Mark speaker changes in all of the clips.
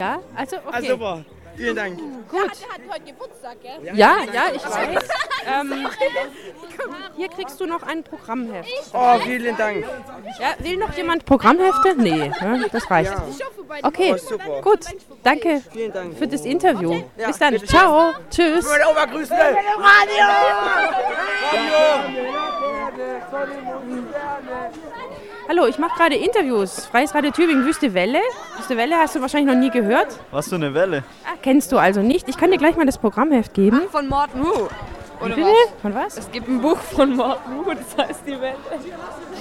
Speaker 1: Ja, also okay.
Speaker 2: Ah, super. Vielen Dank.
Speaker 1: Gut.
Speaker 3: Der hat heute Geburtstag, gell?
Speaker 1: Ja, ja, ich weiß. Ähm, hier kriegst du noch ein Programmheft.
Speaker 2: Oh, vielen Dank.
Speaker 1: Ja, will noch jemand Programmhefte? Nee, ne, das reicht.
Speaker 2: Ja,
Speaker 3: Ich hoffe, bei
Speaker 1: Okay,
Speaker 2: Oh, super.
Speaker 1: gut. Danke
Speaker 2: vielen Dank.
Speaker 1: für das Interview.
Speaker 2: Ja,
Speaker 1: Bis dann.
Speaker 2: bitte.
Speaker 1: Ciao. Tschüss.
Speaker 2: Meine Oma grüßen will. Radio!
Speaker 1: Hallo, ich mache gerade Interviews. Freies Radio Tübingen, Wüste Welle. Wüste Welle hast du wahrscheinlich noch nie gehört.
Speaker 4: Was für eine Welle.
Speaker 1: Ah, kennst du also nicht. Ich kann dir gleich mal das Programmheft geben.
Speaker 5: Von Morten Hu. Oder
Speaker 1: Bitte?
Speaker 5: was?
Speaker 1: Von was?
Speaker 5: Es gibt ein Buch von Morten Hu, das heißt die Welt.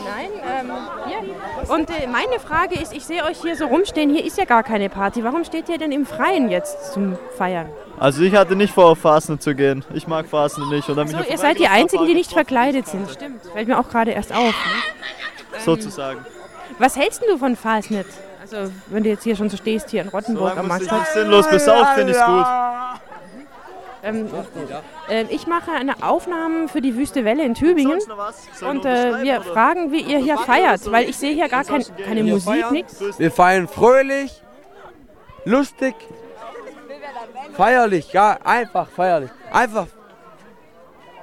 Speaker 1: Nein, ähm, hier. Und äh, meine Frage ist, ich sehe euch hier so rumstehen, hier ist ja gar keine Party. Warum steht ihr denn im Freien jetzt zum Feiern?
Speaker 4: Also ich hatte nicht vor, auf Fasnet zu gehen. Ich mag Fasnet nicht. Und hab mich
Speaker 1: So,
Speaker 4: auf
Speaker 1: ihr
Speaker 4: die
Speaker 1: seid die
Speaker 4: Welle
Speaker 1: Einzigen, die nicht
Speaker 4: getroffen,
Speaker 1: verkleidet sind. Stimmt, fällt mir auch gerade erst auf. ne? ähm,
Speaker 4: Sozusagen.
Speaker 1: Was hältst denn du von Fastnet? Also, wenn du jetzt hier schon so stehst, hier in Rottenburg
Speaker 4: Solange
Speaker 1: am
Speaker 4: muss ich
Speaker 1: Marktplatz.
Speaker 4: nicht sinnlos besauft, finde ich gut.
Speaker 1: Ähm, äh, ich mache eine Aufnahme für die Wüste Welle in Tübingen.
Speaker 4: Sonst noch was? Soll ich
Speaker 1: Und
Speaker 4: noch
Speaker 1: äh,
Speaker 4: beschreiben,
Speaker 1: wir
Speaker 4: oder? Also
Speaker 1: fragen, wie ihr hier feiert, weil ich sehe hier gar kein, keine Musik, nichts.
Speaker 6: Wir feiern fröhlich, lustig, feierlich, ja, einfach feierlich. Einfach.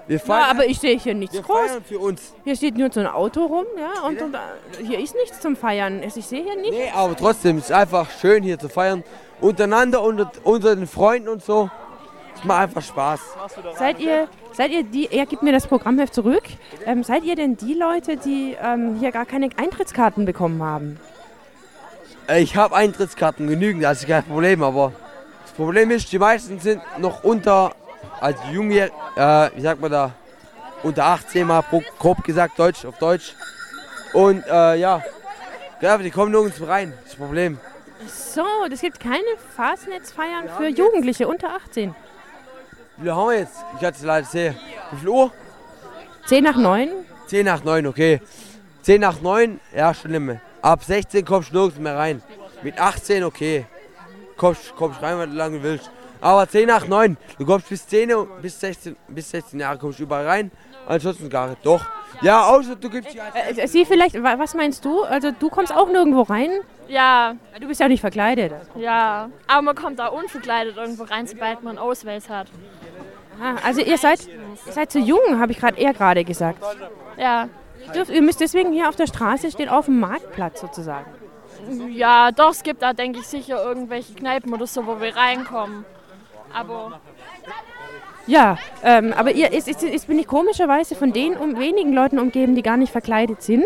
Speaker 6: Wir
Speaker 1: Ja,
Speaker 6: feiern,
Speaker 1: aber ich sehe hier nichts
Speaker 6: wir
Speaker 1: groß.
Speaker 6: feiern für uns.
Speaker 1: Hier steht nur so ein Auto rum, ja, und, und äh, hier ist nichts zum Feiern. Also Ich sehe hier nichts.
Speaker 6: Nee, aber trotzdem, es ist einfach schön hier zu feiern. Untereinander, unter, unter den Freunden und so. Es macht einfach Spaß.
Speaker 1: Seid ihr, seid ihr die, er gibt mir das Programmheft zurück. Ähm, seid ihr denn die Leute, die ähm, hier gar keine Eintrittskarten bekommen haben?
Speaker 6: Äh, Ich habe Eintrittskarten genügend, also kein Problem, aber das Problem ist, die meisten sind noch unter, als Junge, äh, wie sagt man da, unter 18 mal pro, grob gesagt, Deutsch auf Deutsch. Und äh, ja, ja, die kommen nirgends rein, das Problem.
Speaker 1: So, es gibt keine Fastnetzfeiern für Jugendliche unter 18.
Speaker 6: Wie viel haben wir jetzt? Ich hatte es leider sehen. Wie viel Uhr?
Speaker 1: 10 nach 9?
Speaker 6: 10 nach 9, okay. 10 nach 9, ja, schlimm. Ab 16 kommst du nirgends mehr rein. Mit 18, okay. Kommst, kommst rein, wenn du lange willst. Aber 10 nach 9, du kommst bis 10, Uhr- bis 16, bis 16 Jahre kommst du überall rein. Ansonsten gar nicht. Doch. Ja, außer du gibst die
Speaker 1: Äh, Sie vielleicht, wa- was meinst du? Also du kommst auch nirgendwo rein?
Speaker 7: Ja,
Speaker 1: Du bist ja nicht verkleidet.
Speaker 7: ja. Aber man kommt da unverkleidet irgendwo rein, sobald man Ausweis hat.
Speaker 1: Ah, also ihr seid, ihr seid zu jung, habe ich gerade eher gerade gesagt.
Speaker 7: Ja.
Speaker 1: Ihr, dürft, ihr müsst deswegen hier auf der Straße stehen, auf dem Marktplatz sozusagen.
Speaker 7: Ja, doch, es gibt da, denke ich, sicher irgendwelche Kneipen oder so, wo wir reinkommen. Aber
Speaker 1: Ja, ähm, aber ihr, ist, ist, ist, bin ich komischerweise von den um, wenigen Leuten umgeben, die gar nicht verkleidet sind.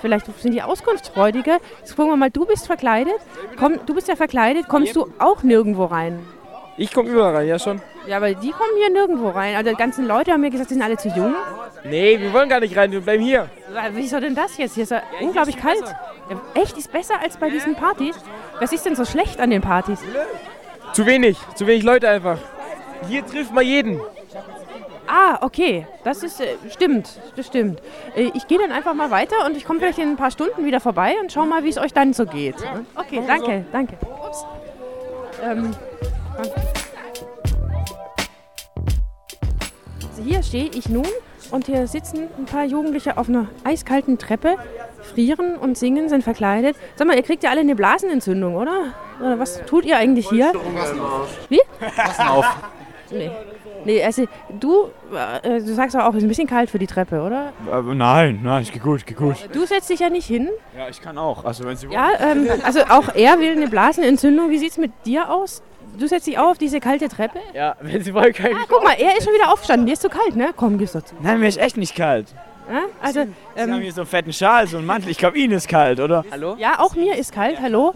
Speaker 1: Vielleicht sind die Auskunftsfreudige. Jetzt gucken wir mal, du bist verkleidet. Komm, du bist ja verkleidet, kommst du auch nirgendwo rein?
Speaker 8: Ich komme überall rein, ja schon.
Speaker 1: Ja, aber die kommen hier nirgendwo rein. Also die ganzen Leute haben mir gesagt, die sind alle zu jung.
Speaker 8: Nee, wir wollen gar nicht rein, wir bleiben hier.
Speaker 1: Wa- Wieso denn das jetzt? Hier ist ja, unglaublich kalt. Ja, echt, ist besser als bei diesen Partys? Was ist denn so schlecht an den Partys?
Speaker 8: Zu wenig, zu wenig Leute einfach. Hier trifft man jeden.
Speaker 1: Ah, okay. Das ist, äh, stimmt, das stimmt. Äh, ich gehe dann einfach mal weiter und ich komme vielleicht in ein paar Stunden wieder vorbei und schau mal, wie es euch dann so geht. Okay, danke, danke. Ups. Ähm, also hier stehe ich nun und hier sitzen ein paar Jugendliche auf einer eiskalten Treppe, frieren und singen, sind verkleidet. Sag mal, ihr kriegt ja alle eine Blasenentzündung, oder? Oder was tut ihr eigentlich hier? Wie? Nee. Nee, also du, äh, du sagst aber auch, es ist ein bisschen kalt für die Treppe, oder?
Speaker 4: nein, nein, ich geh gut, geh gut.
Speaker 1: Du setzt dich ja nicht hin.
Speaker 4: Ja, ich kann auch. Also wenn Sie
Speaker 1: Ja, ähm, also auch er will eine Blasenentzündung. Wie sieht's mit dir aus? Du setzt dich auch auf diese kalte Treppe?
Speaker 8: Ja, wenn sie wollen, können.
Speaker 1: Ah, guck mal, er ist schon wieder aufgestanden. Dir ist zu kalt, ne? Komm, gehst du dazu.
Speaker 4: Nein, mir ist echt nicht kalt.
Speaker 1: Ja? Also,
Speaker 4: Sie haben hier so einen fetten Schal, so einen Mantel. Ich glaube, Ihnen ist kalt, oder?
Speaker 8: Hallo?
Speaker 1: ja, auch mir ist kalt. Hallo?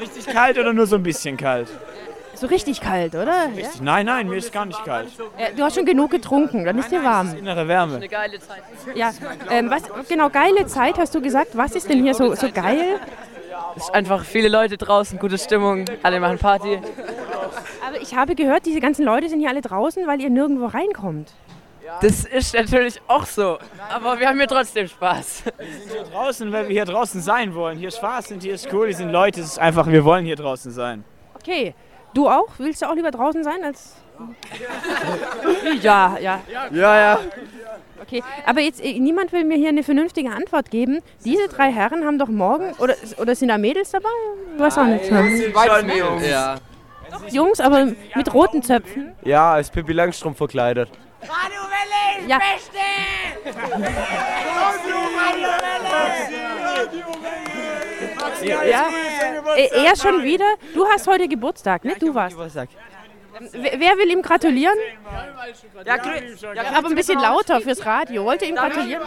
Speaker 4: Richtig kalt oder nur so ein bisschen kalt?
Speaker 1: So richtig kalt, oder? Ja?
Speaker 4: Nein, nein, mir ist gar nicht kalt.
Speaker 1: Äh, Du hast schon genug getrunken, dann ist dir warm.
Speaker 4: Innere Wärme.
Speaker 5: Geile Zeit.
Speaker 1: Ja, ähm, was, genau, geile Zeit hast du gesagt. Was ist denn hier so, so geil?
Speaker 5: Es ist einfach viele Leute draußen, gute Stimmung, alle machen Party.
Speaker 1: Aber ich habe gehört, diese ganzen Leute sind hier alle draußen, weil ihr nirgendwo reinkommt.
Speaker 5: Das ist natürlich auch so, aber wir haben hier trotzdem Spaß.
Speaker 4: Draußen, weil wir hier draußen sein wollen. Hier ist Spaß und hier ist cool, hier sind Leute. Es ist einfach, wir wollen hier draußen sein.
Speaker 1: Okay, du auch? Willst du auch lieber draußen sein als. ja, ja.
Speaker 4: Ja, ja.
Speaker 1: Okay, aber jetzt äh, niemand will mir hier eine vernünftige Antwort geben. Diese drei Herren haben doch morgen oder, oder sind da Mädels dabei? Ich weiß auch nicht.
Speaker 6: Ja.
Speaker 1: Jungs, aber mit roten Zöpfen.
Speaker 3: Ja, als Pippi Langstrumpf verkleidet.
Speaker 1: Ja, ja. Äh, Er schon wieder. Du hast heute Geburtstag, ne? Du warst. Ähm, Wer wer will ihm gratulieren?
Speaker 5: Ja, Chris. Ja, genau. Chris.
Speaker 1: Aber ein bisschen lauter fürs Radio. Wollte ihm gratulieren?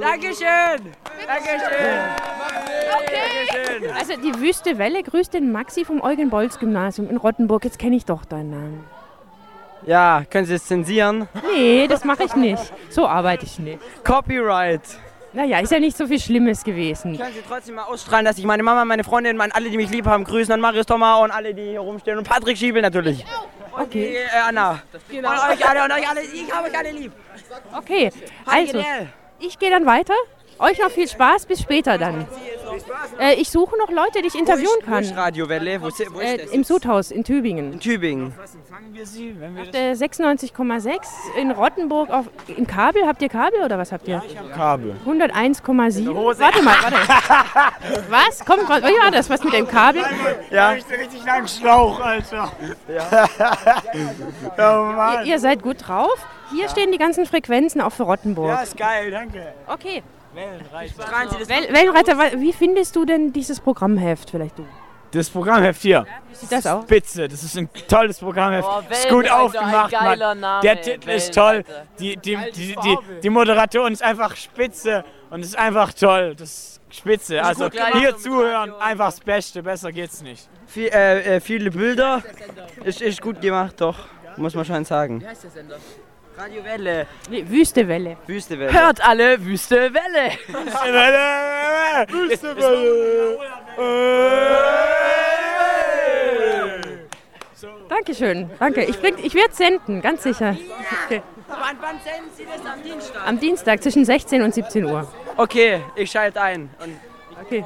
Speaker 5: Dankeschön. Dankeschön.
Speaker 1: Also die Wüste Welle grüßt den Maxi vom Eugen Bolz Gymnasium in Rottenburg. Jetzt kenne ich doch deinen Namen.
Speaker 2: Ja, können Sie es zensieren?
Speaker 1: Nee, das mache ich nicht. So arbeite ich nicht.
Speaker 2: Copyright.
Speaker 1: Naja, ist ja nicht so viel Schlimmes gewesen.
Speaker 2: Können Sie trotzdem mal ausstrahlen, dass ich meine Mama, meine Freundin, meine, alle, die mich lieb haben, grüßen und Marius Thoma und alle, die hier rumstehen und Patrick Schiebel natürlich.
Speaker 1: Okay.
Speaker 2: Äh, Anna.
Speaker 5: Genau.
Speaker 2: Und euch alle und euch alle. Ich habe euch alle lieb.
Speaker 1: Okay, also
Speaker 2: Genial.
Speaker 1: ich gehe dann weiter. Euch noch viel Spaß, bis später dann. Äh, ich suche noch Leute, die ich interviewen
Speaker 2: Wo ist
Speaker 1: kann.
Speaker 2: Radiowelle? Wo ist, wo ist
Speaker 1: Äh,
Speaker 2: das?
Speaker 1: Im Sudhaus in Tübingen.
Speaker 2: In Tübingen.
Speaker 4: Fangen wir sie, wenn wir
Speaker 1: Äh, 96,6 in Rottenburg auf im Kabel. Habt ihr Kabel oder was habt ihr?
Speaker 4: das Kabel.
Speaker 1: 101,7. Warte mal, warte. was? Komm, komm. Oh ja, das was mit dem Kabel.
Speaker 4: Ja. Ich richtig langen Schlauch, Alter. Ja. oh Mann.
Speaker 1: Ihr seid gut drauf. Hier stehen die ganzen Frequenzen auch für Rottenburg.
Speaker 4: Ja, ist geil, danke.
Speaker 1: Okay.
Speaker 2: Strahlen Sie das
Speaker 1: Wel Wellenreiter, wa- wie findest du denn dieses Programmheft vielleicht du?
Speaker 4: Das Programmheft hier.
Speaker 1: Sieht das auch?
Speaker 4: Spitze, das ist ein tolles Programmheft.
Speaker 5: Oh,
Speaker 4: ist gut
Speaker 5: Wellenreiter,
Speaker 4: aufgemacht,
Speaker 5: ein geiler
Speaker 4: Mann.
Speaker 5: Name,
Speaker 4: Der
Speaker 5: ey,
Speaker 4: Titel ist toll.
Speaker 5: Wellenreiter.
Speaker 4: Die, die, die, die, die Moderatorin ist einfach spitze und ist einfach toll. Das ist spitze. Also
Speaker 5: gut gemacht,
Speaker 4: hier
Speaker 5: so mit
Speaker 4: zuhören,
Speaker 5: Radio.
Speaker 4: einfach das Beste, besser geht's nicht.
Speaker 2: Viel, äh, äh, viele Bilder. Ist, ist gut gemacht, doch. Muss man schon sagen. Wie heißt der Sender? Radio Welle.
Speaker 1: Nee, Wüste Welle.
Speaker 2: Wüste Welle.
Speaker 5: Hört alle Wüste Welle.
Speaker 4: Äh, Äh.
Speaker 1: Dankeschön. Danke. Ich, bring- ich werde senden, ganz sicher.
Speaker 2: Wann, wann senden Sie das am Dienstag?
Speaker 1: Am Dienstag zwischen 16 und 17 Uhr.
Speaker 2: Okay, ich schalte ein. Und
Speaker 1: Okay.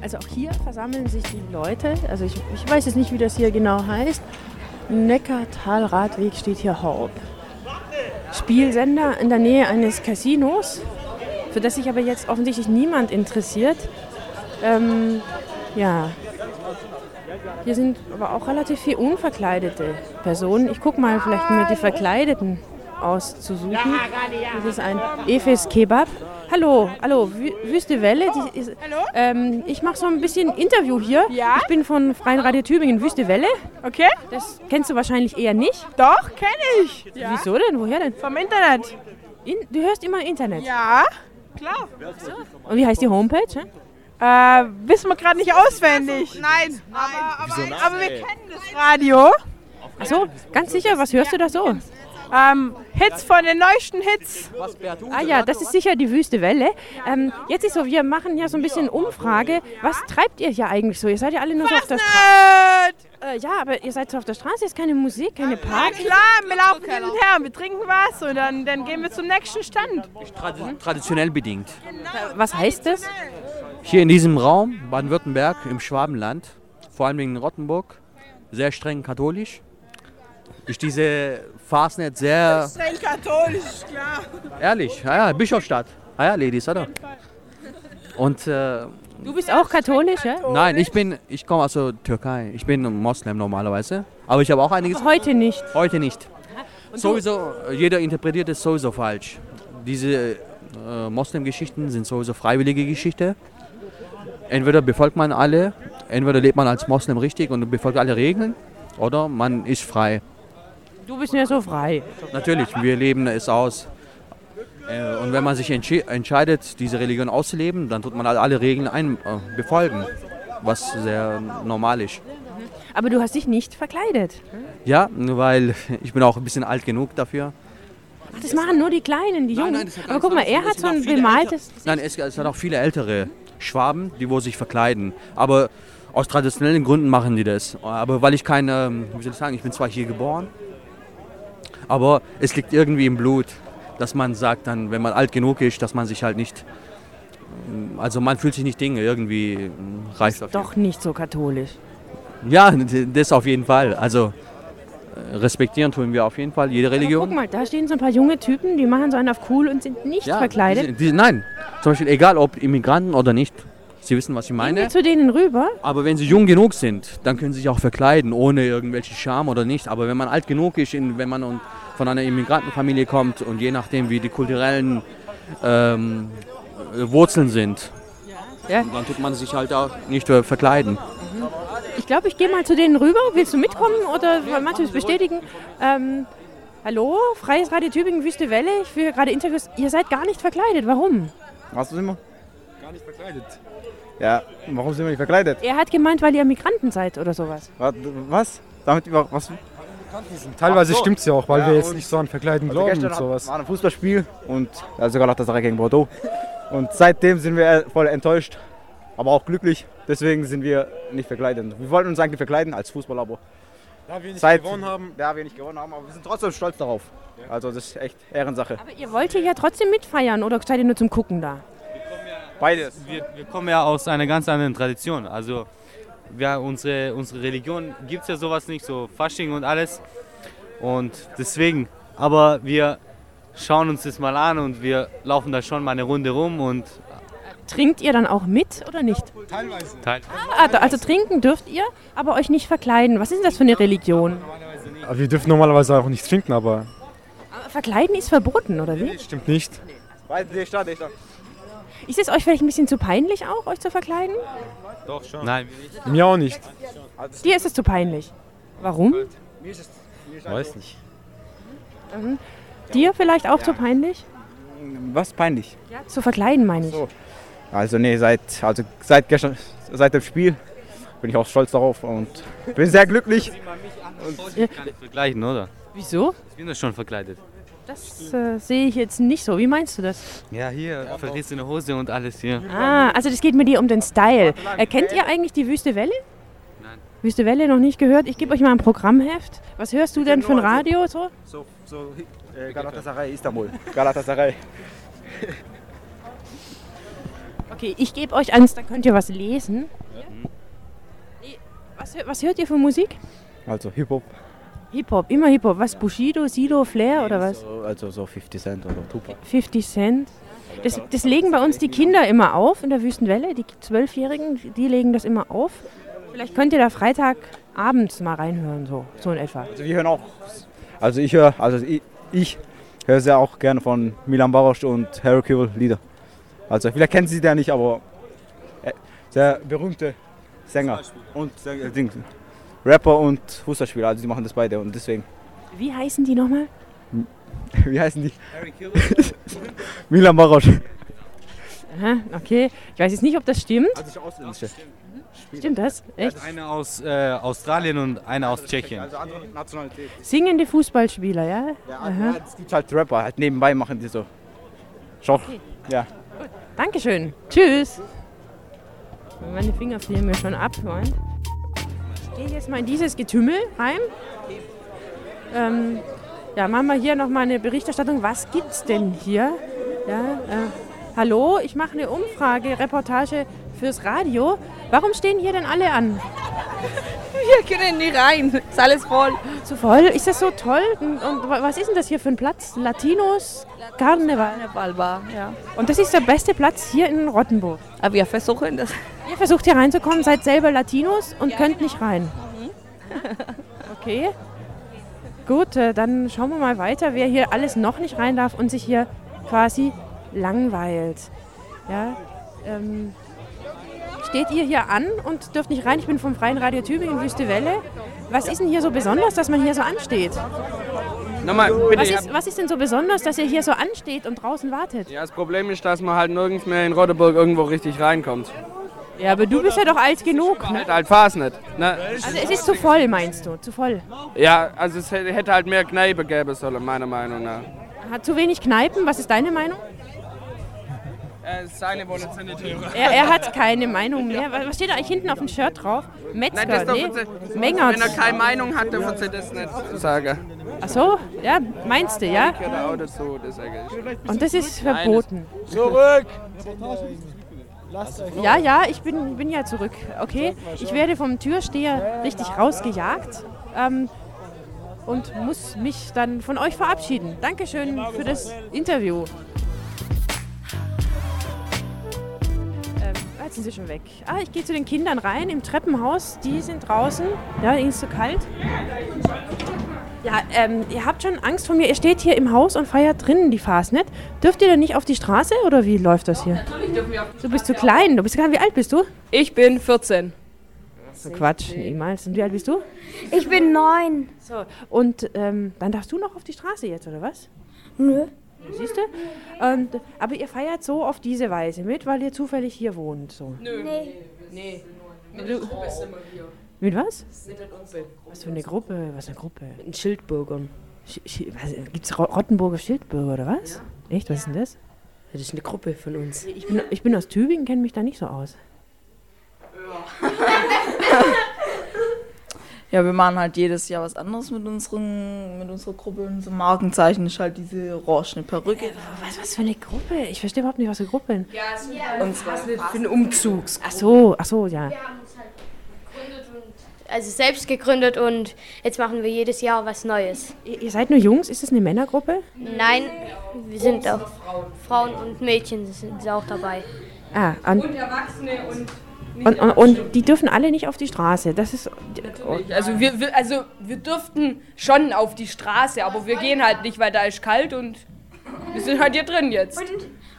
Speaker 1: Also auch hier versammeln sich die Leute. Also ich, ich weiß jetzt nicht, wie das hier genau heißt. Neckartal-Radweg steht hier Horb. Spielsender in der Nähe eines Casinos, für das sich aber jetzt offensichtlich niemand interessiert. Ähm, ja. Hier sind aber auch relativ viel unverkleidete Personen. Ich guck mal, vielleicht mir die Verkleideten auszusuchen. Das ist ein Efes Kebab. Hallo, hallo, Wü- Wüste Welle. Die ist, ähm, ich mache so ein bisschen Interview hier.
Speaker 9: Oh, Ja?
Speaker 1: Ich bin von Freien Radio Tübingen, Wüste Welle.
Speaker 9: Okay?
Speaker 1: Das kennst du wahrscheinlich eher nicht.
Speaker 9: Doch, kenne ich. Ja.
Speaker 1: Wieso denn? Woher denn?
Speaker 9: Vom Internet.
Speaker 1: In, du hörst immer Internet.
Speaker 9: Ja, klar.
Speaker 1: Und wie heißt die Homepage? hä?
Speaker 9: Äh, wissen wir gerade nicht auswendig. Nein, aber, aber, aber wir kennen das Radio.
Speaker 1: Ach so, ganz sicher, was hörst du da so?
Speaker 9: Ähm, Hits von den neuesten Hits.
Speaker 1: Ah ja, das ist sicher die Wüste Welle. Ähm, jetzt ist so, wir machen ja so ein bisschen Umfrage. Was treibt ihr hier eigentlich so? Ihr seid ja alle nur so auf der Straße.
Speaker 9: Nerd.
Speaker 1: Äh, ja, aber ihr seid so auf der Straße, ist keine Musik, keine
Speaker 9: Na
Speaker 1: Party.
Speaker 9: klar, wir laufen hin und her, wir trinken was und dann, dann gehen wir zum nächsten Stand.
Speaker 3: Traditionell bedingt.
Speaker 1: Was heißt das?
Speaker 3: Hier in diesem Raum, Baden-Württemberg, im Schwabenland, vor allem in Rottenburg, sehr streng katholisch, ist diese Fastnet sehr
Speaker 9: Streng katholisch, klar.
Speaker 3: ehrlich. Ja, ja, Bischofstadt. Ah ja, Ladies, oder? Und äh,
Speaker 1: Du bist auch katholisch, ja?
Speaker 3: nein, ich bin, ich komme aus der Türkei. Ich bin Moslem normalerweise, aber ich habe auch einiges
Speaker 1: Heute nicht.
Speaker 3: Heute nicht. Sowieso, äh, jeder interpretiert es sowieso falsch. Diese äh, Moslem-Geschichten sind sowieso freiwillige Geschichte. Entweder befolgt man alle, entweder lebt man als Moslem richtig und befolgt alle Regeln, oder man ist frei.
Speaker 1: Du bist ja so frei.
Speaker 3: Natürlich, wir leben es aus. Äh, und wenn man sich entschi- entscheidet, diese Religion auszuleben, dann tut man alle- alle Regeln ein, äh, befolgen, was sehr ähm, normal ist.
Speaker 1: Aber du hast dich nicht verkleidet.
Speaker 3: Ja, weil ich bin auch ein bisschen alt genug dafür.
Speaker 1: Ach, das machen nur die Kleinen, die Jungen. aber guck mal, er hat so ein bemaltes.
Speaker 3: Nein, es, es hat auch viele ältere Schwaben, die wo sich verkleiden. Aber aus traditionellen Gründen machen die das. Aber weil ich keine, wie soll ich sagen, ich bin zwar hier geboren, aber es liegt irgendwie im Blut, dass man sagt dann, wenn man alt genug ist, dass man sich halt nicht, also man fühlt sich nicht Dinge irgendwie reicht auf jeden
Speaker 1: Doch nicht so katholisch.
Speaker 3: ja, d- das auf jeden Fall. Also äh, respektieren tun wir auf jeden Fall jede
Speaker 1: Aber guck
Speaker 3: Religion.
Speaker 1: mal, da stehen so ein paar junge Typen, die machen so einen auf cool und sind nicht verkleidet.
Speaker 3: Die, die, nein, zum Beispiel egal ob Immigranten oder nicht. Sie wissen, was ich
Speaker 1: Gehen wir
Speaker 3: meine.
Speaker 1: zu denen rüber.
Speaker 3: Aber wenn sie jung genug sind, dann können sie sich auch verkleiden, ohne irgendwelche Scham oder nicht. Aber wenn man alt genug ist, in, wenn man und von einer Immigrantenfamilie kommt und je nachdem, wie die kulturellen ähm, äh, Wurzeln sind,
Speaker 1: Ja.
Speaker 3: dann tut man sich halt auch nicht äh, verkleiden.
Speaker 1: Ich glaube, ich gehe mal zu denen rüber. Willst du mitkommen oder Matthias bestätigen? Ähm, hallo, Freies Radio Tübingen, Wüste Welle. Ich führe gerade Interviews. Ihr seid gar nicht verkleidet. Warum?
Speaker 10: Was sind wir? Gar nicht verkleidet. Ja, warum sind wir nicht verkleidet?
Speaker 1: Er hat gemeint, weil ihr Migranten seid oder sowas.
Speaker 10: Wa- Was? Damit über was?
Speaker 11: Teilweise stimmt's ja auch, weil wir jetzt
Speaker 10: und-
Speaker 11: nicht so an Verkleiden
Speaker 10: also
Speaker 11: glauben
Speaker 10: gestern
Speaker 11: und
Speaker 10: hat-
Speaker 11: sowas.
Speaker 10: War ein Fußballspiel und ja, sogar noch das Dreieck gegen Bordeaux. Und seitdem sind wir äh, voll enttäuscht, aber auch glücklich. Deswegen sind wir nicht verkleidet. Wir wollten uns eigentlich verkleiden als Fußballer, aber
Speaker 11: Da wir nicht
Speaker 10: gewonnen haben, da wir nicht gewonnen haben, aber wir sind trotzdem stolz darauf. Also das ist echt Ehrensache.
Speaker 1: Ihr wollt hier ja trotzdem mitfeiern oder seid ihr nur zum Gucken da?
Speaker 12: Beides. Wir, wir kommen ja aus einer ganz anderen Tradition. Also ja, unsere, unsere Religion gibt es ja sowas nicht, so Fasching und alles. Und deswegen, aber wir schauen uns das mal an und wir laufen da schon mal eine Runde rum und
Speaker 1: Trinkt ihr dann auch mit oder nicht?
Speaker 12: teilweise. Teil.
Speaker 1: Also, also trinken dürft ihr, aber euch nicht verkleiden. Was ist denn das für eine Religion?
Speaker 11: Aber wir dürfen normalerweise auch nichts trinken, aber
Speaker 1: Aber Verkleiden ist verboten, oder wie?
Speaker 11: stimmt nicht.
Speaker 10: Weiß nicht, Stadt, ich
Speaker 1: Ist es euch vielleicht ein bisschen zu peinlich auch, euch zu verkleiden?
Speaker 12: Doch schon. Nein,
Speaker 11: Mir auch nicht.
Speaker 1: Dir ist es zu peinlich. Warum?
Speaker 10: Weiß nicht.
Speaker 1: Mhm. Dir vielleicht auch zu peinlich?
Speaker 10: Was peinlich?
Speaker 1: Zu verkleiden meine ich.
Speaker 10: Also nee, seit, also seit gestern, seit dem Spiel bin ich auch stolz darauf und bin sehr glücklich.
Speaker 12: Ich kann nicht vergleichen, oder?
Speaker 1: Wieso?
Speaker 12: Ich bin doch schon verkleidet.
Speaker 1: Das äh, sehe ich jetzt nicht so. Wie meinst du das?
Speaker 12: Ja, hier, verrissene Hose und alles hier.
Speaker 1: Ah, also das geht mir dir um den Style. Erkennt ihr eigentlich die Wüste Welle? Nein. Wüste Welle noch nicht gehört. Ich gebe euch mal ein Programmheft. Was hörst du denn für ein Radio? So?
Speaker 10: So, so äh, Galatasaray, Istanbul. Galatasaray.
Speaker 1: Okay, ich gebe euch eins, dann könnt ihr was lesen. Hier. Was, hö- was hört ihr für Musik?
Speaker 10: Also Hip-Hop.
Speaker 1: Hip-Hop, immer Hip-Hop. Was? Bushido, Sido, Flair oder was?
Speaker 10: So, also so 50 Cent oder Tupac.
Speaker 1: 50 Cent. Das, das legen bei uns die Kinder immer auf in der Wüstenwelle. Die Zwölfjährigen, die legen das immer auf. Vielleicht könnt ihr da Freitagabends mal reinhören, so, so in etwa.
Speaker 10: Also wir hören auch, also ich höre, also ich, ich höre sehr auch gerne von Milan Barosch und Hercule Lieder. Also vielleicht kennen Sie den nicht, aber äh, sehr berühmte Sänger und äh, Ding- Rapper und Fußballspieler, also die machen das beide und deswegen.
Speaker 1: Wie heißen die nochmal?
Speaker 10: Wie heißen die? Milan Barosch.
Speaker 1: Aha, okay. Ich weiß jetzt nicht, ob das stimmt.
Speaker 10: Also ausländische.
Speaker 1: Stimmt das? Echt?
Speaker 12: Eine aus äh, Australien und eine aus Tschechien.
Speaker 10: andere Nationalität.
Speaker 1: Singende Fußballspieler, ja? Aha.
Speaker 10: Es gibt halt Rapper, halt nebenbei machen die so. Schau. Ja.
Speaker 1: Dankeschön. Tschüss. Meine Finger frieren mir schon ab, Freund. Ich gehe jetzt mal in dieses Getümmel rein. Ähm, ja, machen wir hier nochmal eine Berichterstattung. Was gibt's denn hier? Ja, äh, hallo, ich mache eine Umfrage, Reportage fürs Radio. Warum stehen hier denn alle an?
Speaker 13: Wir können nicht rein, ist alles voll.
Speaker 1: Zu voll? Ist das so toll? Und, und wa- was ist denn das hier für ein Platz? Latinos Karneval.
Speaker 13: Ballbar, ja.
Speaker 1: Und das ist der beste Platz hier in Rottenburg.
Speaker 13: Aber Ah, wir versuchen das.
Speaker 1: Ihr versucht hier reinzukommen, seid selber Latinos und könnt nicht rein.
Speaker 13: Mhm.
Speaker 1: Okay. Gut, äh, dann schauen wir mal weiter, wer hier alles noch nicht rein darf und sich hier quasi langweilt. Ja, ähm, steht ihr hier an und dürft nicht rein? Ich bin vom Freien Radio Tübingen, Wüste Welle. Was ist denn hier so besonders, dass man hier so ansteht?
Speaker 14: Nochmal, bitte.
Speaker 1: Was
Speaker 14: ihr
Speaker 1: ist,
Speaker 14: habt-
Speaker 1: was ist denn so besonders, dass ihr hier so ansteht und draußen wartet?
Speaker 14: ja, das Problem ist, dass man halt nirgends mehr in Rodeburg irgendwo richtig reinkommt.
Speaker 1: Ja, aber du bist ja doch alt genug. Ne?
Speaker 14: Halt, halt fahr's nicht. Ne?
Speaker 1: Also es ist zu voll, meinst du? Zu voll.
Speaker 14: Ja, also es hätte hätte halt mehr Kneipe geben sollen, meiner Meinung nach.
Speaker 1: Hat zu wenig Kneipen, was ist deine Meinung?
Speaker 14: Äh, seine Wohnung sind die Türe.
Speaker 1: Er, er hat keine Meinung mehr. Was was steht da eigentlich hinten auf dem Shirt drauf? Metzger,
Speaker 14: Nein, das darf
Speaker 1: nee?
Speaker 14: uns-
Speaker 1: Mengertz.
Speaker 14: Wenn er keine Meinung hat, dürfen sie das nicht sagen.
Speaker 1: Ach so, ja, meinst du, ja?
Speaker 14: Mike oder auch dazu, das eigentlich.
Speaker 1: Und das ist
Speaker 14: Nein,
Speaker 1: verboten.
Speaker 14: das-
Speaker 1: Ja, ja, ich bin, bin ja zurück. Okay, ich werde vom Türsteher richtig rausgejagt ähm, und muss mich dann von euch verabschieden. Dankeschön für das Interview. Ähm, ah, jetzt sind sie schon weg. Ah, ich gehe zu den Kindern rein im Treppenhaus. Die sind draußen. Ja, ihnen ist so kalt. Ja, ähm, ihr habt schon Angst vor mir. Ihr steht hier im Haus und feiert drinnen die Fastnet. Dürft ihr denn nicht auf die Straße oder wie läuft das hier? Du bist zu klein. Du bist gar Wie alt bist du?
Speaker 15: Ich bin 14.
Speaker 1: So Quatsch, niemals. Und wie alt bist du?
Speaker 16: Ich bin neun.
Speaker 1: So, und ähm, dann darfst du noch auf die Straße jetzt, oder was?
Speaker 16: Nö.
Speaker 1: Siehst du? Und, aber ihr feiert so auf diese Weise mit, weil ihr zufällig hier wohnt. So.
Speaker 15: Nö. Nee. Nee. Mit der Gruppe sind wir hier.
Speaker 1: Mit was?
Speaker 15: Mit der Gruppe.
Speaker 1: Was für eine Gruppe? Was für eine Gruppe?
Speaker 15: Mit den Schildbürgern.
Speaker 1: Gibt es Rottenburger Schildbürger oder was? Echt? Was ist denn das?
Speaker 15: Das ist eine Gruppe von uns.
Speaker 1: Ich bin, ich bin aus Tübingen, kenne mich da nicht so aus.
Speaker 17: Ja, wir machen halt jedes Jahr was anderes mit, unseren, mit unserer Gruppe. Unser Markenzeichen ist halt diese orangene Perücke.
Speaker 1: Was, was für eine Gruppe? Ich verstehe überhaupt nicht, was für Gruppen.
Speaker 17: Ja, es
Speaker 1: Und zwar
Speaker 17: für einen Umzug.
Speaker 1: Ach so, ach so, ja.
Speaker 16: Also selbst gegründet und jetzt machen wir jedes Jahr was Neues.
Speaker 1: Ihr seid nur Jungs? Ist das eine Männergruppe?
Speaker 16: Nein, wir sind auch Frauen und Mädchen sind auch dabei.
Speaker 1: Ah, an,
Speaker 15: Und Erwachsene und.
Speaker 1: und, und, und die dürfen alle nicht auf die Straße. Das ist.
Speaker 15: Natürlich. Also wir, wir, also wir dürften schon auf die Straße, aber wir gehen halt nicht, weil da ist kalt und wir sind halt hier drin jetzt.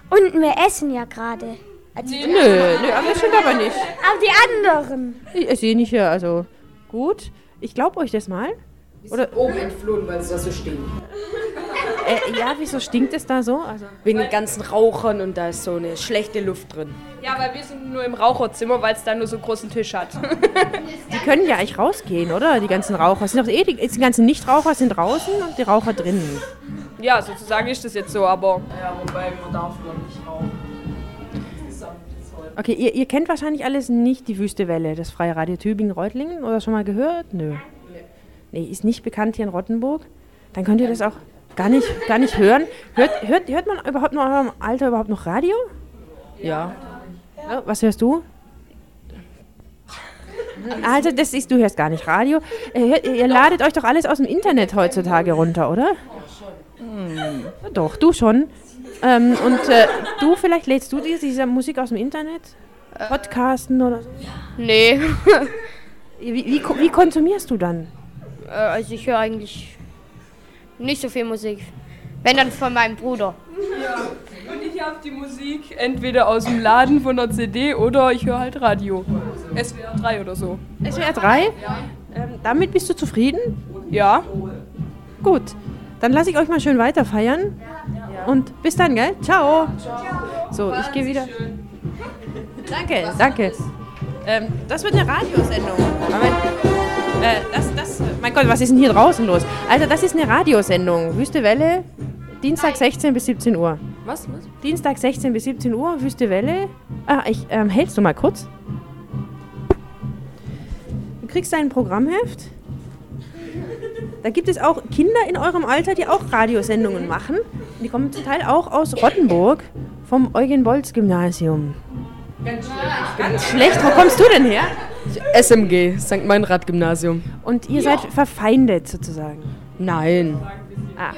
Speaker 16: Und wir essen ja gerade. Also
Speaker 1: Oh,
Speaker 15: Nö, nö, aber das stimmt aber nicht.
Speaker 16: Aber die anderen.
Speaker 1: Ich, ich sehe nicht hier, also. Gut, ich glaube euch das mal. Oder,
Speaker 15: oben entflohen, weil es da so stinkt.
Speaker 1: äh, ja, wieso stinkt es da so? Also,
Speaker 15: Wegen
Speaker 1: den
Speaker 15: ganzen Rauchern und da ist so eine schlechte Luft drin. Ja, weil wir sind nur im Raucherzimmer, weil es da nur so einen großen Tisch hat.
Speaker 1: Die können ja eigentlich rausgehen, oder? Die ganzen Raucher. Es Sind doch eh die, die ganzen Nichtraucher sind draußen und die Raucher drinnen.
Speaker 15: ja, sozusagen ist das jetzt so, aber... Ja, wobei, man darf noch nicht rauchen.
Speaker 1: Okay, ihr, ihr kennt wahrscheinlich alles nicht die Wüste Welle, das Freie Radio Tübingen-Reutlingen. Oder schon mal gehört? Nö. Nee, ist nicht bekannt hier in Rottenburg. Dann könnt ihr das auch gar nicht, gar nicht hören. Hört, hört, hört man überhaupt noch in eurem Alter überhaupt noch Radio?
Speaker 15: Ja.
Speaker 1: Ja, Was hörst du? Also, das ist, du hörst gar nicht Radio. Äh, hört- Ihr, ihr ladet euch doch alles aus dem Internet heutzutage runter, oder? Na Doch, du schon. Ähm, und äh, du, vielleicht lädst du dir diese Musik aus dem Internet? Podcasten oder so?
Speaker 16: Nee.
Speaker 1: Wie, wie, ko- wie konsumierst du dann?
Speaker 16: Äh, Also ich höre eigentlich nicht so viel Musik. Wenn dann von meinem Bruder.
Speaker 15: Und ich habe die Musik entweder aus dem Laden von der CD oder ich höre halt Radio. SWR 3 oder so.
Speaker 1: SWR 3? Ähm, damit bist du zufrieden? Ja. Gut, dann lasse ich euch mal schön weiter feiern. Und bis dann, gell? Ciao. So, ich gehe wieder. Danke, danke. Ähm, das wird eine Radiosendung. Moment. Äh, das, das, mein Gott, was ist denn hier draußen los? Also, das ist eine Radiosendung. Wüste Welle, Dienstag 16 bis 17 Uhr.
Speaker 15: Was? Was?
Speaker 1: Dienstag 16 bis 17 Uhr, Wüste Welle. Ah, ich, ähm, hältst du mal kurz? Du kriegst dein Programmheft. Da gibt es auch Kinder in eurem Alter, die auch Radiosendungen machen. Die kommen zum Teil auch aus Rottenburg vom Eugen-Bolz-Gymnasium.
Speaker 15: Ganz schlecht.
Speaker 1: Ganz schlecht, wo kommst du denn her?
Speaker 15: SMG, St. Meinrad Gymnasium.
Speaker 1: Und ihr seid verfeindet sozusagen.
Speaker 15: Nein.
Speaker 1: Ah.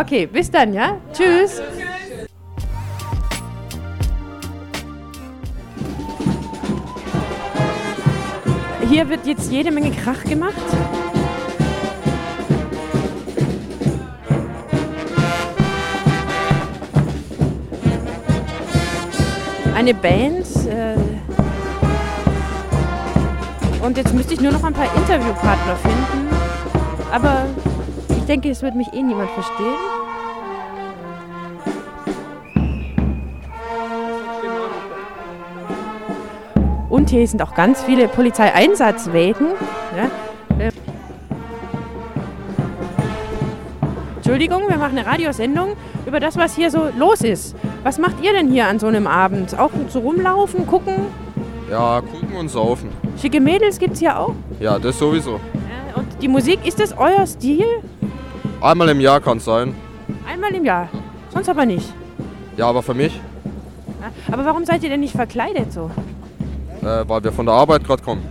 Speaker 1: Okay, bis dann, ja? Tschüss. Hier wird jetzt jede Menge Krach gemacht. Eine Band. Äh Und jetzt müsste ich nur noch ein paar Interviewpartner finden. Aber ich denke, es wird mich eh niemand verstehen. Und hier sind auch ganz viele Polizeieinsatzwägen. Ja. Äh, Entschuldigung, wir machen eine Radiosendung über das, was hier so los ist. Was macht ihr denn hier an so einem Abend? Auch so rumlaufen, gucken?
Speaker 18: Ja, gucken und saufen.
Speaker 1: Schicke Mädels gibt's hier auch.
Speaker 18: Ja, das sowieso.
Speaker 1: Die Musik, ist das euer Stil?
Speaker 18: Einmal im Jahr kann es sein.
Speaker 1: Einmal im Jahr, sonst aber nicht.
Speaker 18: Ja, aber für mich,
Speaker 1: Ja, Aber warum seid ihr denn nicht verkleidet so?
Speaker 18: äh, weil wir von der Arbeit gerade kommen.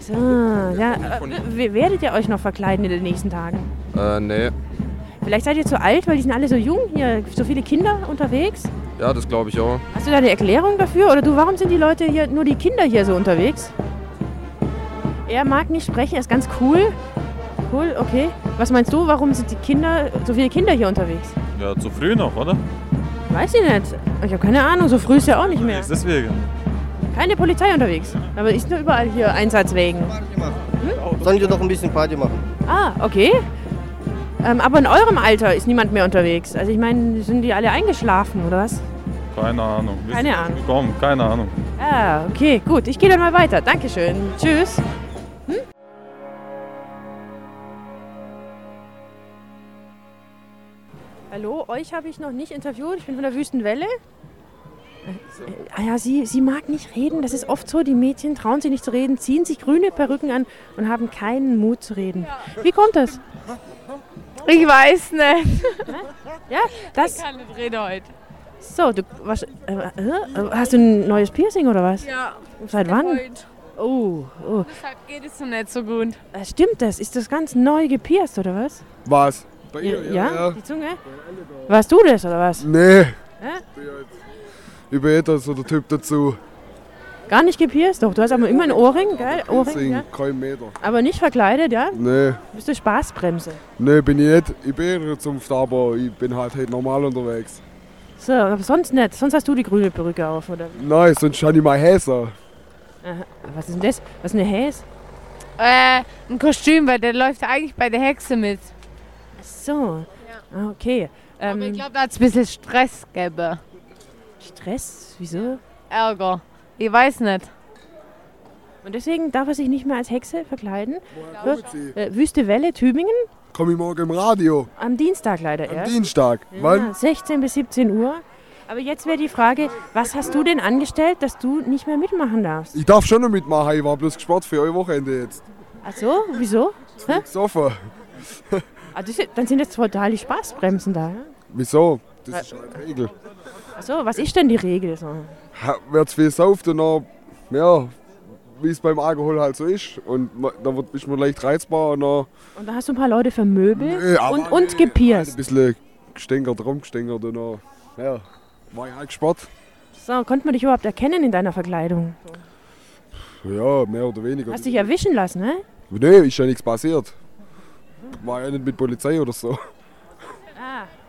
Speaker 1: So, ja, äh, w- werdet ihr euch noch verkleiden in den nächsten Tagen?
Speaker 18: Äh, nee.
Speaker 1: Vielleicht seid ihr zu alt, weil die sind alle so jung hier, so viele Kinder unterwegs.
Speaker 18: Ja, das glaube ich auch.
Speaker 1: Hast du da eine Erklärung dafür? Oder du, warum sind die Leute hier, nur die Kinder hier so unterwegs? Er mag nicht sprechen, er ist ganz cool. Cool, okay. Was meinst du, warum sind die Kinder, so viele Kinder hier unterwegs?
Speaker 19: Ja, zu früh noch, oder?
Speaker 1: Weiß ich nicht. Ich habe keine Ahnung, so früh ist ja auch nicht mehr.
Speaker 19: Ist deswegen.
Speaker 1: Keine Polizei unterwegs. Aber ist nur überall hier Einsatzwegen.
Speaker 20: Sollen wir noch ein bisschen Party machen?
Speaker 1: Ah, okay. Ähm, aber in eurem Alter ist niemand mehr unterwegs. Also ich meine, sind die alle eingeschlafen oder was?
Speaker 19: Keine Ahnung. Wir
Speaker 1: Keine
Speaker 19: sind
Speaker 1: Ahnung.
Speaker 19: Gekommen. Keine Ahnung.
Speaker 1: Ah, okay, gut. Ich gehe dann mal weiter. Dankeschön. Tschüss. Hm? Hallo, euch habe ich noch nicht interviewt. Ich bin von der Wüstenwelle. Ah ja, sie, sie mag nicht reden. Das ist oft so. Die Mädchen trauen sich nicht zu reden, ziehen sich grüne Perücken an und haben keinen Mut zu reden. Wie kommt das? Ich weiß nicht. Ja, das.
Speaker 21: Ich kann nicht reden heute.
Speaker 1: So, du was, äh, äh, hast du ein neues Piercing oder was?
Speaker 21: Ja.
Speaker 1: Seit wann?
Speaker 21: Heute.
Speaker 1: Oh, oh.
Speaker 21: Deshalb geht es so nicht so gut.
Speaker 1: Äh, Stimmt das? Ist das ganz neu gepierst oder was?
Speaker 22: Was?
Speaker 1: Bei ihr, ja, ja. Die Zunge? Warst du das oder was?
Speaker 22: Nee,
Speaker 1: Hä?
Speaker 22: über jeder so der Typ dazu.
Speaker 1: Gar nicht gepierst? Doch, du hast aber immer ein Ohrring, gell? Ohrring,
Speaker 22: Deswegen
Speaker 1: ja.
Speaker 22: kein Meter.
Speaker 1: Aber nicht verkleidet, ja?
Speaker 22: Nee,
Speaker 1: Bist du Spaßbremse?
Speaker 22: nee, bin ich nicht. Ich bin ihrer Zunft, aber ich bin halt heute normal unterwegs.
Speaker 1: So, aber sonst nicht. Sonst hast du die grüne Perücke auf, oder?
Speaker 22: Nein, sonst schaue ich mal Häser.
Speaker 1: Aha. Was ist denn das? Was ist eine Häs?
Speaker 21: Äh, ein Kostüm, weil der läuft eigentlich bei der Hexe mit.
Speaker 1: Ach so. Ah, Okay. Ähm,
Speaker 21: Ich glaube, da hat es ein bisschen Stress gäbe.
Speaker 1: Stress? Wieso?
Speaker 21: Ärger. Ich weiß nicht.
Speaker 1: Und deswegen darf er sich nicht mehr als Hexe verkleiden. So, äh, Wüste Welle, Tübingen.
Speaker 22: Komm ich morgen im Radio.
Speaker 1: Am Dienstag leider erst.
Speaker 22: Dienstag. Wann?
Speaker 1: Ja, 16 bis 17 Uhr. Aber jetzt wäre die Frage, was hast du denn angestellt, dass du nicht mehr mitmachen darfst?
Speaker 22: Ich darf schon noch mitmachen, ich war bloß gesperrt für euer Wochenende jetzt.
Speaker 1: Ach so, wieso? Hä?
Speaker 22: Sofa.
Speaker 1: Ah, das ist, dann sind jetzt total die Spaßbremsen da. ja?
Speaker 22: Wieso? Das ist eine Regel.
Speaker 1: Ach so, was ist denn die Regel? So?
Speaker 22: Ha, Wer zu viel sauft und dann, ja, wie es beim Alkohol halt so ist. Und ma- dann wird, ist man leicht reizbar und dann
Speaker 1: Und da hast du ein paar Leute vermöbelt
Speaker 22: Nee, aber
Speaker 1: und, und gepierst.
Speaker 22: ein bisschen gestänkert, rumgestänkert und dann, ja, war ich halt gesperrt.
Speaker 1: So, konnte man dich überhaupt erkennen in deiner Verkleidung?
Speaker 22: Ja, mehr oder weniger.
Speaker 1: Hast dich erwischen lassen, ne?
Speaker 22: Nee, ist ja nichts passiert. War ja nicht mit Polizei oder so. halt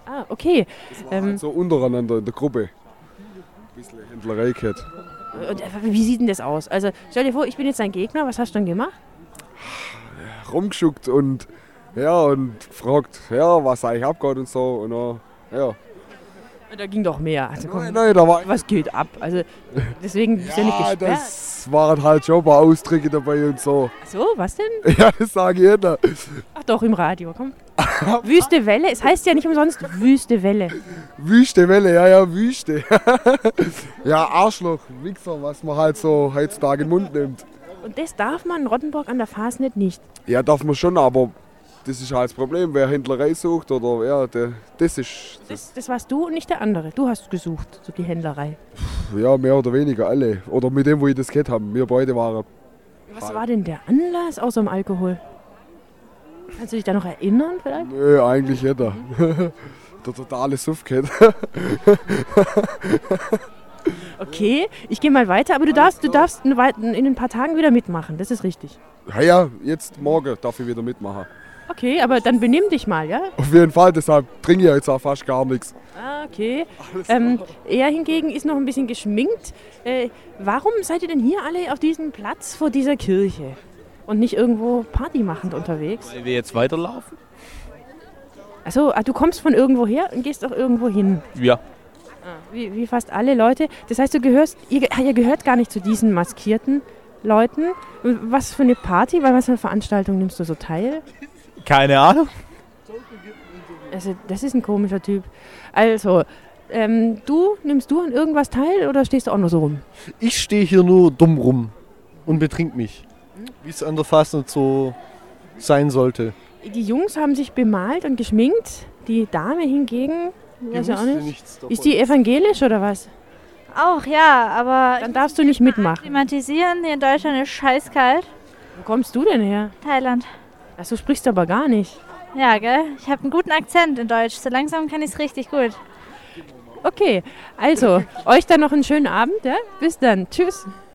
Speaker 1: Ah, ah okay. Ähm,
Speaker 22: So untereinander in der Gruppe. Ein bisschen Händlerei gehabt.
Speaker 1: und, äh, wie sieht denn das aus? Also stell dir vor, ich bin jetzt dein Gegner, was hast du denn gemacht?
Speaker 22: Rumgeschuckt und, ja, und gefragt, ja, was eigentlich abgeht und so. Und dann, ja.
Speaker 1: Da ging doch mehr. Also, komm,
Speaker 22: Nein, nein, da war
Speaker 1: was geht ab? Also deswegen bist du ja nicht
Speaker 22: Ah,
Speaker 1: gesperrt.
Speaker 22: das waren halt schon ein paar Ausdrücke dabei und so.
Speaker 1: Ach So, was denn?
Speaker 22: Ja, das sage ich jeder.
Speaker 1: Ach doch, im Radio, komm. Wüste Welle, es heißt ja nicht umsonst Wüste Welle.
Speaker 22: Wüste Welle, ja, ja, Wüste. ja, Arschloch, Wichser, was man halt so heutzutage in den Mund nimmt.
Speaker 1: Und das darf man in Rottenburg an der Fasnet nicht.
Speaker 22: Ja, darf man schon, aber das ist halt das Problem. Wer Händlerei sucht oder ja, der, das ist
Speaker 1: Das, das warst du und nicht der andere. Du hast gesucht, so die Händlerei.
Speaker 22: ja mehr oder weniger alle. Oder mit dem, wo ich das gehabt haben. Wir beide waren.
Speaker 1: Was war denn der Anlass außer dem Alkohol? Kannst du dich da noch erinnern vielleicht?
Speaker 22: Nö, eigentlich jeder. der totale Suffkett.
Speaker 1: Okay, ich gehe mal weiter, aber du darfst, du darfst in, wei- in ein paar Tagen wieder mitmachen, das ist richtig.
Speaker 22: ja, ja, jetzt morgen darf ich wieder mitmachen.
Speaker 1: Okay, aber dann benimm dich mal, ja?
Speaker 22: Auf jeden Fall, deshalb trinke ich jetzt auch fast gar nichts.
Speaker 1: Ah, okay. Ähm, er hingegen ist noch ein bisschen geschminkt. Äh, warum seid ihr denn hier alle auf diesem Platz vor dieser Kirche und nicht irgendwo partymachend unterwegs?
Speaker 19: Weil wir jetzt weiterlaufen?
Speaker 1: Also, du kommst von irgendwo her und gehst auch irgendwo hin, Ah,
Speaker 19: Ja.
Speaker 1: wie, wie fast alle Leute. Das heißt, du gehörst, ihr, ge- ah, ihr gehört gar nicht zu diesen maskierten Leuten. Was für eine Party, bei was für einer Veranstaltung nimmst du so teil?
Speaker 19: Keine Ahnung.
Speaker 1: Also, das ist ein komischer Typ. Also, ähm, du, nimmst du an irgendwas teil oder stehst du auch nur so rum?
Speaker 7: Ich stehe hier nur dumm rum und betrink mich. Wie es an der Fasnacht so sein sollte.
Speaker 1: Die Jungs haben sich bemalt und geschminkt. Die Dame hingegen, weiß ja auch
Speaker 7: wusste
Speaker 1: nicht.
Speaker 7: nichts davon.
Speaker 1: ist die evangelisch oder was?
Speaker 16: Auch, ja, aber.
Speaker 1: Dann darfst du nicht mitmachen.
Speaker 16: Klimatisieren, hier in Deutschland ist scheißkalt.
Speaker 1: Wo kommst du denn her?
Speaker 16: Thailand.
Speaker 1: Ach, du sprichst aber gar nicht.
Speaker 16: Ja, gell? Ich habe einen guten Akzent in Deutsch. So langsam kann ich es richtig gut.
Speaker 1: Okay, also, euch dann noch einen schönen Abend, ja? Bis dann. Tschüss.